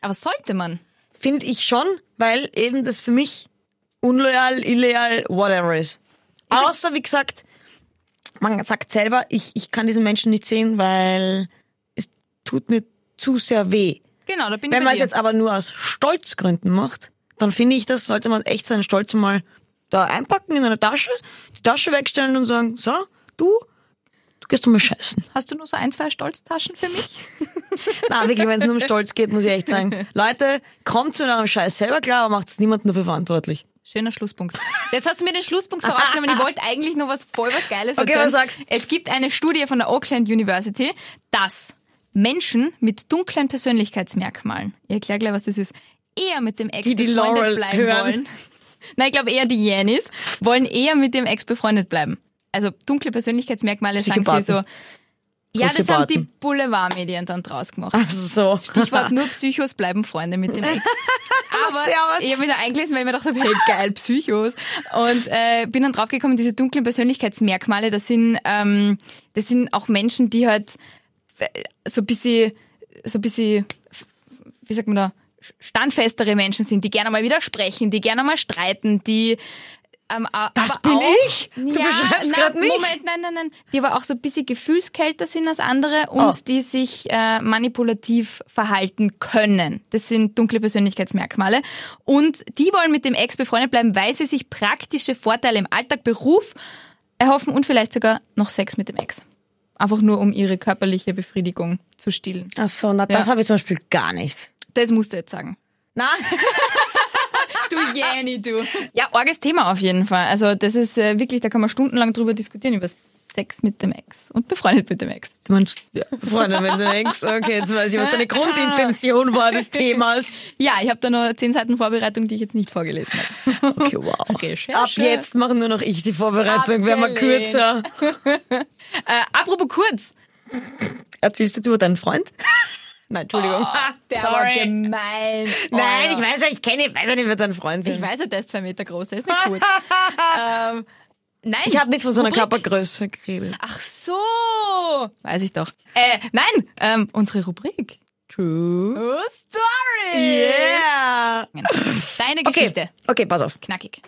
[SPEAKER 2] Aber sollte man?
[SPEAKER 3] finde ich schon, weil eben das für mich unloyal, illegal, whatever ist. Außer, wie gesagt, man sagt selber, ich, ich kann diesen Menschen nicht sehen, weil es tut mir zu sehr weh.
[SPEAKER 2] Genau, da bin ich
[SPEAKER 3] Wenn
[SPEAKER 2] bei
[SPEAKER 3] man es
[SPEAKER 2] dir.
[SPEAKER 3] jetzt aber nur aus Stolzgründen macht, dann finde ich, das sollte man echt seinen Stolz mal da einpacken in eine Tasche, die Tasche wegstellen und sagen, so, du, du gehst doch mal scheißen.
[SPEAKER 2] Hast du nur so ein, zwei Stolztaschen für mich?
[SPEAKER 3] Na, wirklich, wenn es nur um Stolz geht, muss ich echt sagen. Leute, kommt zu eurem Scheiß selber klar, aber macht es niemanden dafür verantwortlich.
[SPEAKER 2] Schöner Schlusspunkt. Jetzt hast du mir den Schlusspunkt vorausgenommen. Ich wollte eigentlich nur was voll was Geiles
[SPEAKER 3] Okay,
[SPEAKER 2] erzählen.
[SPEAKER 3] was sagst?
[SPEAKER 2] Es gibt eine Studie von der Auckland University, dass Menschen mit dunklen Persönlichkeitsmerkmalen, ich erkläre gleich, was das ist, eher mit dem Ex
[SPEAKER 3] Die, die
[SPEAKER 2] befreundet
[SPEAKER 3] Laurel
[SPEAKER 2] bleiben
[SPEAKER 3] hören.
[SPEAKER 2] wollen. Nein, ich glaube eher die Janis wollen eher mit dem Ex befreundet bleiben. Also dunkle Persönlichkeitsmerkmale sagen sie so.
[SPEAKER 3] Psychopathen.
[SPEAKER 2] Ja, das haben die
[SPEAKER 3] Soziopathen.
[SPEAKER 2] Boulevardmedien dann draus gemacht.
[SPEAKER 3] Also so.
[SPEAKER 2] Stichwort nur Psychos bleiben Freunde mit dem Ex. Aber
[SPEAKER 3] Servus.
[SPEAKER 2] ich habe mich da eingelesen, weil ich mir gedacht habe, hey, geil, Psychos. Und äh, bin dann draufgekommen, diese dunklen Persönlichkeitsmerkmale, das sind, ähm, das sind auch Menschen, die halt äh, so ein bisschen, so ein bisschen, wie sagt man da, standfestere Menschen sind, die gerne mal widersprechen, die gerne mal streiten, die ähm, a-
[SPEAKER 3] Das
[SPEAKER 2] aber
[SPEAKER 3] bin
[SPEAKER 2] auch,
[SPEAKER 3] ich? Du
[SPEAKER 2] nein,
[SPEAKER 3] beschreibst grad mich.
[SPEAKER 2] Moment, nein, nein, nein. Die aber auch so ein bisschen gefühlskälter sind als andere und
[SPEAKER 3] Oh.
[SPEAKER 2] die sich äh, manipulativ verhalten können. Das sind dunkle Persönlichkeitsmerkmale. Und die wollen mit dem Ex befreundet bleiben, weil sie sich praktische Vorteile im Alltag, Beruf erhoffen und vielleicht sogar noch Sex mit dem Ex. Einfach nur, um ihre körperliche Befriedigung zu stillen.
[SPEAKER 3] Ach so, na, das
[SPEAKER 2] Ja.
[SPEAKER 3] habe ich zum Beispiel gar nicht.
[SPEAKER 2] Das musst du jetzt sagen.
[SPEAKER 3] Na,
[SPEAKER 2] Du Jenny, du. Ja, arges Thema auf jeden Fall. Also das ist äh, wirklich, da kann man stundenlang drüber diskutieren, über Sex mit dem Ex und befreundet mit dem Ex.
[SPEAKER 3] Du meinst, ja, Freunde, wenn du denkst, okay, jetzt weiß ich, was deine Grundintention war des Themas.
[SPEAKER 2] Ja, ich habe da noch zehn Seiten Vorbereitung, die ich jetzt nicht vorgelesen habe.
[SPEAKER 3] Okay, wow.
[SPEAKER 2] Recherche.
[SPEAKER 3] Ab jetzt machen nur noch ich die Vorbereitung, werden wir
[SPEAKER 2] Abgelehnt.
[SPEAKER 3] kürzer.
[SPEAKER 2] Äh, apropos kurz.
[SPEAKER 3] Erzählst du über deinen Freund? Nein, Entschuldigung.
[SPEAKER 2] Oh, Der
[SPEAKER 3] Sorry.
[SPEAKER 2] war gemein.
[SPEAKER 3] Nein,
[SPEAKER 2] Alter.
[SPEAKER 3] ich weiß ja, ich kenne, ich weiß Oh, ja nicht, wer dein Freund ist.
[SPEAKER 2] Ich weiß ja, der ist zwei Meter groß, der ist nicht kurz. ähm, nein.
[SPEAKER 3] Ich habe nicht von so einer
[SPEAKER 2] Rubrik.
[SPEAKER 3] Körpergröße geredet.
[SPEAKER 2] Ach so. Weiß ich doch. Äh, nein, ähm, unsere Rubrik.
[SPEAKER 3] True.
[SPEAKER 2] True Story.
[SPEAKER 3] Yeah.
[SPEAKER 2] Deine
[SPEAKER 3] Okay.
[SPEAKER 2] Geschichte.
[SPEAKER 3] okay, pass auf.
[SPEAKER 2] Knackig.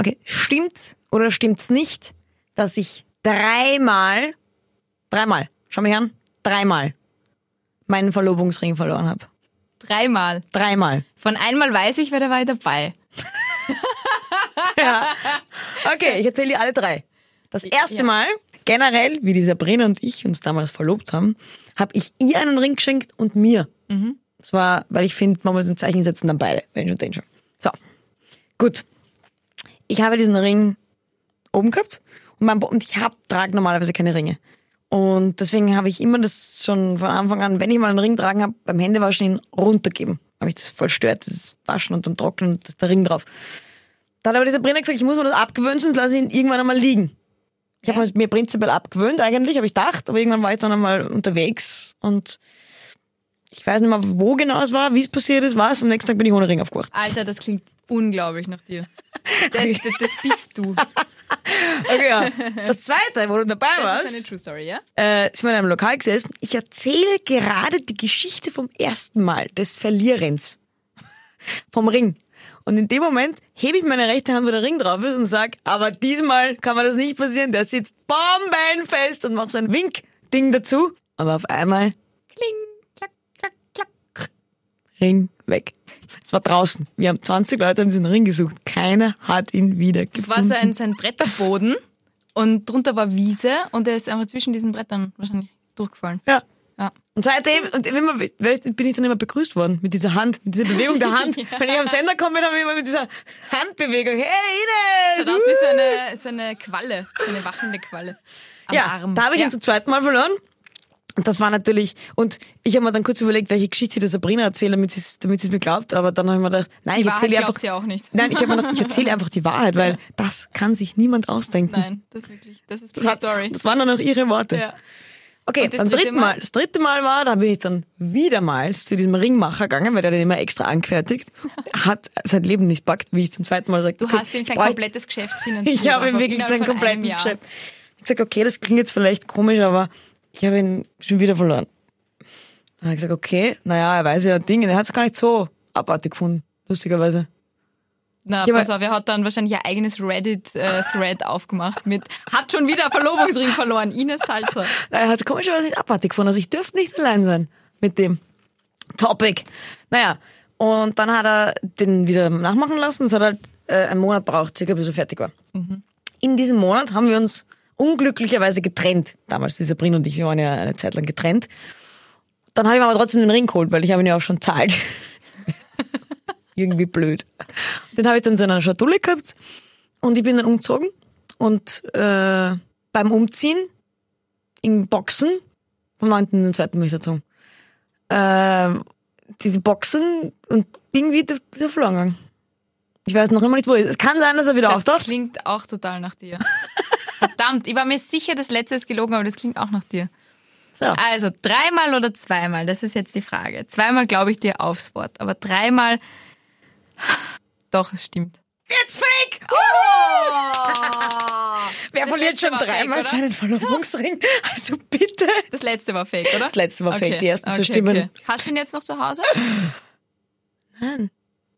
[SPEAKER 3] Okay, stimmt's oder stimmt's nicht, dass ich dreimal, dreimal, schau mich an, dreimal meinen Verlobungsring verloren habe?
[SPEAKER 2] Dreimal.
[SPEAKER 3] Dreimal.
[SPEAKER 2] Von einmal weiß ich, wer dabei dabei.
[SPEAKER 3] Okay, ich erzähle dir alle drei. Das erste
[SPEAKER 2] Ja.
[SPEAKER 3] Mal, generell, wie die Sabrina und ich uns damals verlobt haben, habe ich ihr einen Ring geschenkt und mir. Das war, weil ich finde, man muss ein Zeichen setzen dann beide, wenn schon, den schon. So, gut. Ich habe diesen Ring oben gehabt und, mein, Bo- und ich hab, trage normalerweise keine Ringe. Und deswegen habe ich immer das schon von Anfang an, wenn ich mal einen Ring tragen habe, beim Händewaschen ihn runtergeben. Habe ich das voll stört, das Waschen und dann Trocknen und das- der Ring drauf. Da hat aber dieser Brenner gesagt, ich muss mir das abgewöhnen, sonst lasse ich ihn irgendwann einmal liegen. Ich habe es mir prinzipiell abgewöhnt eigentlich, habe ich gedacht, aber irgendwann war ich dann einmal unterwegs und ich weiß nicht mehr, wo genau es war, wie es passiert ist, was. Am nächsten Tag bin ich ohne Ring aufgewacht.
[SPEAKER 2] Alter, das klingt unglaublich nach dir. Das, das, das bist du.
[SPEAKER 3] Okay, ja. Das zweite, wo du dabei
[SPEAKER 2] Das ist eine
[SPEAKER 3] warst,
[SPEAKER 2] True Story, ja?
[SPEAKER 3] äh, sind wir in einem Lokal gesessen. Ich erzähle gerade die Geschichte vom ersten Mal des Verlierens. Vom Ring. Und in dem Moment hebe ich meine rechte Hand, wo der Ring drauf ist und sage, aber diesmal kann mir das nicht passieren. Der sitzt bombenfest und macht so ein Wink-Ding dazu. Aber auf einmal
[SPEAKER 2] Kling, klack, klack, klack.
[SPEAKER 3] Ring weg. Es war draußen. Wir haben 20 Leute haben diesen Ring gesucht. Keiner hat ihn wieder
[SPEAKER 2] Es war so
[SPEAKER 3] gefunden.
[SPEAKER 2] ein, so ein Bretterboden und drunter war Wiese und er ist einfach zwischen diesen Brettern wahrscheinlich durchgefallen.
[SPEAKER 3] Ja.
[SPEAKER 2] Ja.
[SPEAKER 3] Und seitdem und immer, werd- bin ich dann immer begrüßt worden mit dieser Hand, mit dieser Bewegung der Hand. Wenn ich am Sender komme, dann bin ich immer mit dieser Handbewegung. Hey,
[SPEAKER 2] Schaut
[SPEAKER 3] Ines!
[SPEAKER 2] aus wie so eine, so eine Qualle, so eine wachende Qualle. Am
[SPEAKER 3] ja,
[SPEAKER 2] Arm.
[SPEAKER 3] da habe ich
[SPEAKER 2] ja.
[SPEAKER 3] ihn zum zweiten Mal verloren. Und das war natürlich, und ich habe mir dann kurz überlegt, welche Geschichte der Sabrina erzähle, damit sie es damit sie's mir glaubt. Aber dann habe ich mir gedacht, nein,
[SPEAKER 2] Die
[SPEAKER 3] ich
[SPEAKER 2] Wahrheit
[SPEAKER 3] erzähle
[SPEAKER 2] glaubt
[SPEAKER 3] einfach.
[SPEAKER 2] sie auch nicht.
[SPEAKER 3] Nein, ich, hab mir gedacht, ich erzähle einfach die Wahrheit, weil das kann sich niemand ausdenken.
[SPEAKER 2] Nein, das ist wirklich, das ist True
[SPEAKER 3] Das, hat,
[SPEAKER 2] Story.
[SPEAKER 3] das waren dann auch ihre Worte.
[SPEAKER 2] Ja.
[SPEAKER 3] Okay,
[SPEAKER 2] Und das
[SPEAKER 3] beim
[SPEAKER 2] dritte
[SPEAKER 3] dritten Mal.
[SPEAKER 2] Mal?
[SPEAKER 3] Das dritte Mal war, da bin ich dann wiedermals zu diesem Ringmacher gegangen, weil der den immer extra angefertigt hat, sein Leben nicht packt, wie ich zum zweiten Mal sagte.
[SPEAKER 2] Du
[SPEAKER 3] okay,
[SPEAKER 2] hast ihm sein
[SPEAKER 3] ich brauch-
[SPEAKER 2] komplettes Geschäft finanziert.
[SPEAKER 3] Ich habe ihm
[SPEAKER 2] einfach
[SPEAKER 3] wirklich
[SPEAKER 2] innerhalb
[SPEAKER 3] sein
[SPEAKER 2] von einem
[SPEAKER 3] komplettes
[SPEAKER 2] Jahr.
[SPEAKER 3] Geschäft. Ich habe gesagt, okay, das klingt jetzt vielleicht komisch, aber ich habe ihn schon wieder verloren. Dann habe ich gesagt, okay, naja, er weiß ja Dinge, er hat es gar nicht so abartig gefunden, lustigerweise.
[SPEAKER 2] Na,
[SPEAKER 3] Ja,
[SPEAKER 2] pass
[SPEAKER 3] aber-
[SPEAKER 2] auf, er hat dann wahrscheinlich ein eigenes Reddit-Thread aufgemacht mit hat schon wieder Verlobungsring verloren, Ines Salzer.
[SPEAKER 3] Er hat komischerweise nicht abartig gefunden. Also ich dürfte nicht allein sein mit dem Topic. Naja, und dann hat er den wieder nachmachen lassen. Es hat halt äh, einen Monat braucht, circa bis er fertig war. In diesem Monat haben wir uns unglücklicherweise getrennt. Damals, die Sabrina und ich, wir waren ja eine Zeit lang getrennt. Dann habe ich mir aber trotzdem den Ring geholt, weil ich habe ihn ja auch schon zahlt. Irgendwie blöd. Den habe ich dann so in einer Schatulle gehabt und ich bin dann umgezogen. Und äh, beim Umziehen in Boxen, vom 9. und 2. bin ich dazu. Ähm, diese Boxen und irgendwie ist er verloren gegangen. Ich weiß noch immer nicht, wo er ist. Es kann sein, dass er wieder
[SPEAKER 2] Das
[SPEAKER 3] auftaucht.
[SPEAKER 2] klingt auch total nach dir. Verdammt, ich war mir sicher, das letzte ist gelogen, aber das klingt auch nach dir.
[SPEAKER 3] So.
[SPEAKER 2] Also, dreimal oder zweimal, das ist jetzt die Frage. Zweimal glaube ich dir aufs Wort, aber dreimal. Doch, es stimmt.
[SPEAKER 3] It's fake! Oh! Wer verliert
[SPEAKER 2] letzte
[SPEAKER 3] schon
[SPEAKER 2] war fake,
[SPEAKER 3] dreimal
[SPEAKER 2] oder?
[SPEAKER 3] seinen Verlobungsring? Also bitte.
[SPEAKER 2] Das letzte war fake, oder? Das
[SPEAKER 3] letzte war fake, die ersten zwei Stimmen.
[SPEAKER 2] Hast du ihn jetzt noch zu Hause?
[SPEAKER 3] Nein.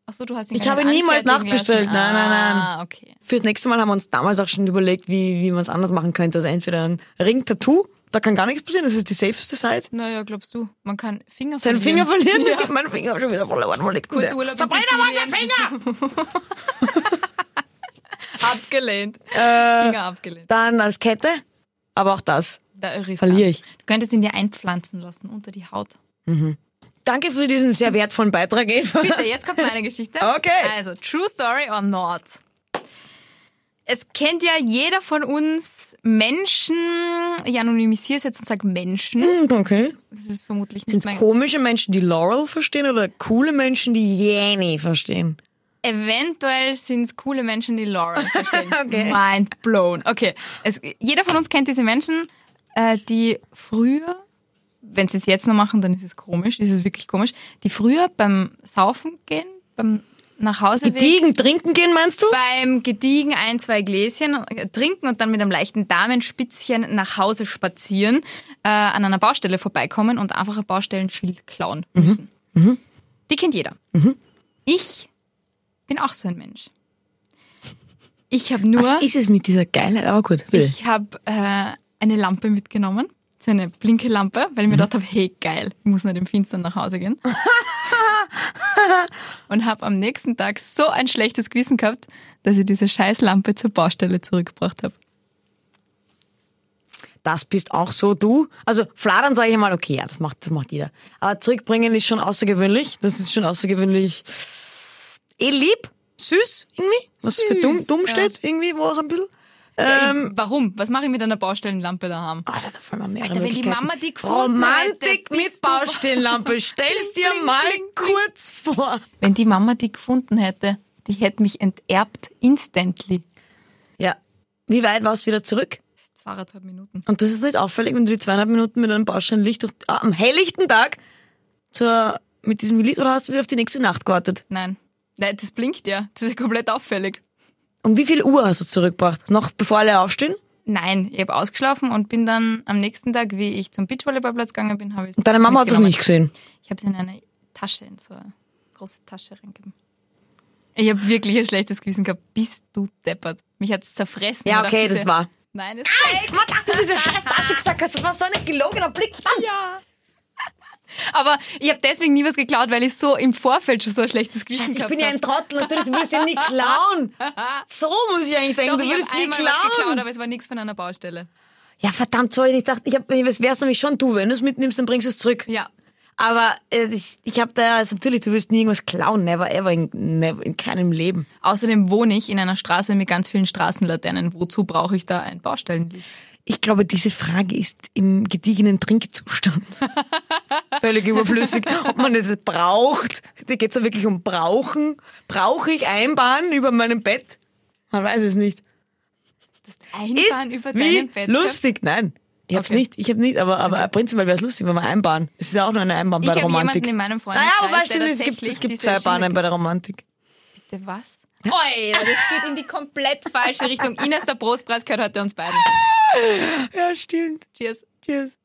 [SPEAKER 2] Achso, du hast ihn
[SPEAKER 3] Ich
[SPEAKER 2] keinen
[SPEAKER 3] habe ihn niemals
[SPEAKER 2] anfertigen
[SPEAKER 3] nachbestellt.
[SPEAKER 2] lassen.
[SPEAKER 3] Nein, nein, nein.
[SPEAKER 2] Ah, okay.
[SPEAKER 3] Fürs nächste Mal haben wir uns damals auch schon überlegt, wie, wie man es anders machen könnte. Also entweder ein Ring-Tattoo, da kann gar nichts passieren, das ist die safeste Seite.
[SPEAKER 2] Naja, glaubst du, man kann Finger
[SPEAKER 3] Seinen Finger verlieren,
[SPEAKER 2] Ja.
[SPEAKER 3] ich hab meinen Finger schon wieder verloren. Wo liegt denn
[SPEAKER 2] Kurz
[SPEAKER 3] der?
[SPEAKER 2] Urlaub in
[SPEAKER 3] Sabrina,
[SPEAKER 2] Sizilien.
[SPEAKER 3] mach den Finger!
[SPEAKER 2] Abgelehnt.
[SPEAKER 3] Äh,
[SPEAKER 2] Finger abgelehnt.
[SPEAKER 3] Dann als Kette, aber auch das.
[SPEAKER 2] Da irre ich's
[SPEAKER 3] Verliere
[SPEAKER 2] gar.
[SPEAKER 3] ich.
[SPEAKER 2] Du könntest ihn dir einpflanzen lassen unter die Haut.
[SPEAKER 3] Danke für diesen sehr wertvollen Beitrag, Eva.
[SPEAKER 2] Bitte, jetzt kommt meine Geschichte.
[SPEAKER 3] Okay.
[SPEAKER 2] Also, True Story or Not. Es kennt ja jeder von uns Menschen, ich anonymisiere es jetzt und sage
[SPEAKER 3] Hm.
[SPEAKER 2] Menschen.
[SPEAKER 3] Okay.
[SPEAKER 2] Das ist vermutlich nicht
[SPEAKER 3] Sind
[SPEAKER 2] mein...
[SPEAKER 3] es komische Menschen, die Laurel verstehen oder coole Menschen, die Jenny verstehen?
[SPEAKER 2] Eventuell sind es coole Menschen, die Laurel verstehen.
[SPEAKER 3] Okay.
[SPEAKER 2] Mind blown. Okay. Es, jeder von uns kennt diese Menschen, äh, die früher, wenn sie es jetzt noch machen, dann ist es komisch, ist es wirklich komisch, die früher beim Saufen gehen, beim nach Hause
[SPEAKER 3] Gediegen trinken gehen, meinst du?
[SPEAKER 2] beim Gediegen ein, zwei Gläschen äh, trinken und dann mit einem leichten Damenspitzchen nach Hause spazieren, äh, an einer Baustelle vorbeikommen und einfach ein Baustellenschild klauen
[SPEAKER 3] Mhm.
[SPEAKER 2] müssen. Die kennt jeder. Ich bin auch so ein Mensch. Ich habe nur,
[SPEAKER 3] Was ist es mit dieser Geilheit? Aber gut, bitte.
[SPEAKER 2] ich habe äh, eine Lampe mitgenommen, so eine blinke Lampe, weil ich mir gedacht habe, hey geil, ich muss nach dem Finstern nach Hause gehen. und habe am nächsten Tag so ein schlechtes Gewissen gehabt, dass ich diese Scheißlampe zur Baustelle zurückgebracht habe.
[SPEAKER 3] das bist auch so du. Also fladern sage ich mal, okay, ja, das macht, das macht jeder. Aber zurückbringen ist schon außergewöhnlich. Das ist schon außergewöhnlich. Eh lieb, süß irgendwie. Was für dumm, dumm
[SPEAKER 2] ja.
[SPEAKER 3] steht irgendwie, wo auch ein bisschen.
[SPEAKER 2] Ey, warum? Was mache ich mit einer Baustellenlampe daheim?
[SPEAKER 3] Alter, Ah, da fallen mir mehrere
[SPEAKER 2] Alter, wenn die
[SPEAKER 3] Möglichkeiten.
[SPEAKER 2] Mama die gefunden
[SPEAKER 3] Romantik
[SPEAKER 2] hätte,
[SPEAKER 3] mit
[SPEAKER 2] bist du-
[SPEAKER 3] Baustellenlampe. Stell's dir
[SPEAKER 2] Bling,
[SPEAKER 3] mal
[SPEAKER 2] bling, bling.
[SPEAKER 3] kurz vor.
[SPEAKER 2] Wenn die Mama die gefunden hätte, die hätte mich enterbt, instantly.
[SPEAKER 3] Ja. Wie weit warst du wieder zurück?
[SPEAKER 2] Zweieinhalb Minuten.
[SPEAKER 3] Und das ist nicht auffällig, wenn du die zweieinhalb Minuten mit einem Baustellenlicht durch, ah, am helllichten Tag zur, mit diesem Lied oder hast du wieder auf die nächste Nacht gewartet?
[SPEAKER 2] Nein. Nein, das blinkt ja. Das ist ja komplett auffällig.
[SPEAKER 3] Um wie viel Uhr hast du zurückgebracht? Noch bevor alle aufstehen?
[SPEAKER 2] Nein, ich habe ausgeschlafen und bin dann am nächsten Tag, wie ich zum Beachvolleyballplatz gegangen bin, habe ich
[SPEAKER 3] Deine Mama hat das nicht gesehen.
[SPEAKER 2] Ich habe es in eine Tasche, in so eine große Tasche reingegeben. Ich habe wirklich ein schlechtes Gewissen gehabt. Bist du deppert? Mich hat's zerfressen.
[SPEAKER 3] Ja,
[SPEAKER 2] Ich hab
[SPEAKER 3] okay,
[SPEAKER 2] gedacht,
[SPEAKER 3] das war.
[SPEAKER 2] Nein, das
[SPEAKER 3] Ey, Gott, ach du diese scheiß Tasche gesagt hast, das war so ein gelogener Blick.
[SPEAKER 2] Ja. Aber ich habe deswegen nie was geklaut, weil ich so im Vorfeld schon so ein schlechtes Gewissen
[SPEAKER 3] Scheiße, ich
[SPEAKER 2] gehabt
[SPEAKER 3] bin ja ein
[SPEAKER 2] hab.
[SPEAKER 3] Trottel, natürlich, du würdest ja nie klauen. So muss ich eigentlich denken,
[SPEAKER 2] Doch,
[SPEAKER 3] du
[SPEAKER 2] ich hab
[SPEAKER 3] würdest nie
[SPEAKER 2] einmal was geklaut,
[SPEAKER 3] klauen.
[SPEAKER 2] aber es war nichts von einer Baustelle.
[SPEAKER 3] Ja, verdammt, sorry, ich dachte, ich hab, es wär's nämlich schon du, wenn du es mitnimmst, dann bringst du es zurück.
[SPEAKER 2] Ja.
[SPEAKER 3] Aber äh, ich, ich habe da, also natürlich, du würdest nie irgendwas klauen, never ever, in, never, in keinem Leben.
[SPEAKER 2] Außerdem wohne ich in einer Straße mit ganz vielen Straßenlaternen. Wozu brauche ich da ein Baustellenlicht?
[SPEAKER 3] Ich glaube, diese Frage ist im gediegenen Trinkzustand völlig überflüssig, ob man es braucht. Da geht es ja wirklich um Brauchen. Brauche ich Einbahn über meinem Bett? Man weiß es nicht. Ist
[SPEAKER 2] Einfahren über
[SPEAKER 3] wie
[SPEAKER 2] deinem Bett.
[SPEAKER 3] lustig. Nein, ich hab's
[SPEAKER 2] Okay.
[SPEAKER 3] nicht. Ich hab nicht, aber, aber prinzipiell wäre es lustig, wenn wir einbahnen. Es ist ja auch nur eine Einbahn bei
[SPEAKER 2] Ich
[SPEAKER 3] der
[SPEAKER 2] habe jemanden
[SPEAKER 3] Romantik.
[SPEAKER 2] in meinem Freundeskreis,
[SPEAKER 3] Naja, wobei
[SPEAKER 2] der
[SPEAKER 3] stimmt, es gibt, es
[SPEAKER 2] tatsächlich
[SPEAKER 3] gibt
[SPEAKER 2] diese
[SPEAKER 3] zwei Bahnen bei der
[SPEAKER 2] Schilder-
[SPEAKER 3] Romantik.
[SPEAKER 2] Bitte was? Oi, das führt in die komplett falsche Richtung. Ines, der Brustpreis gehört heute uns beiden.
[SPEAKER 3] Ja, stimmt.
[SPEAKER 2] Cheers.
[SPEAKER 3] Cheers.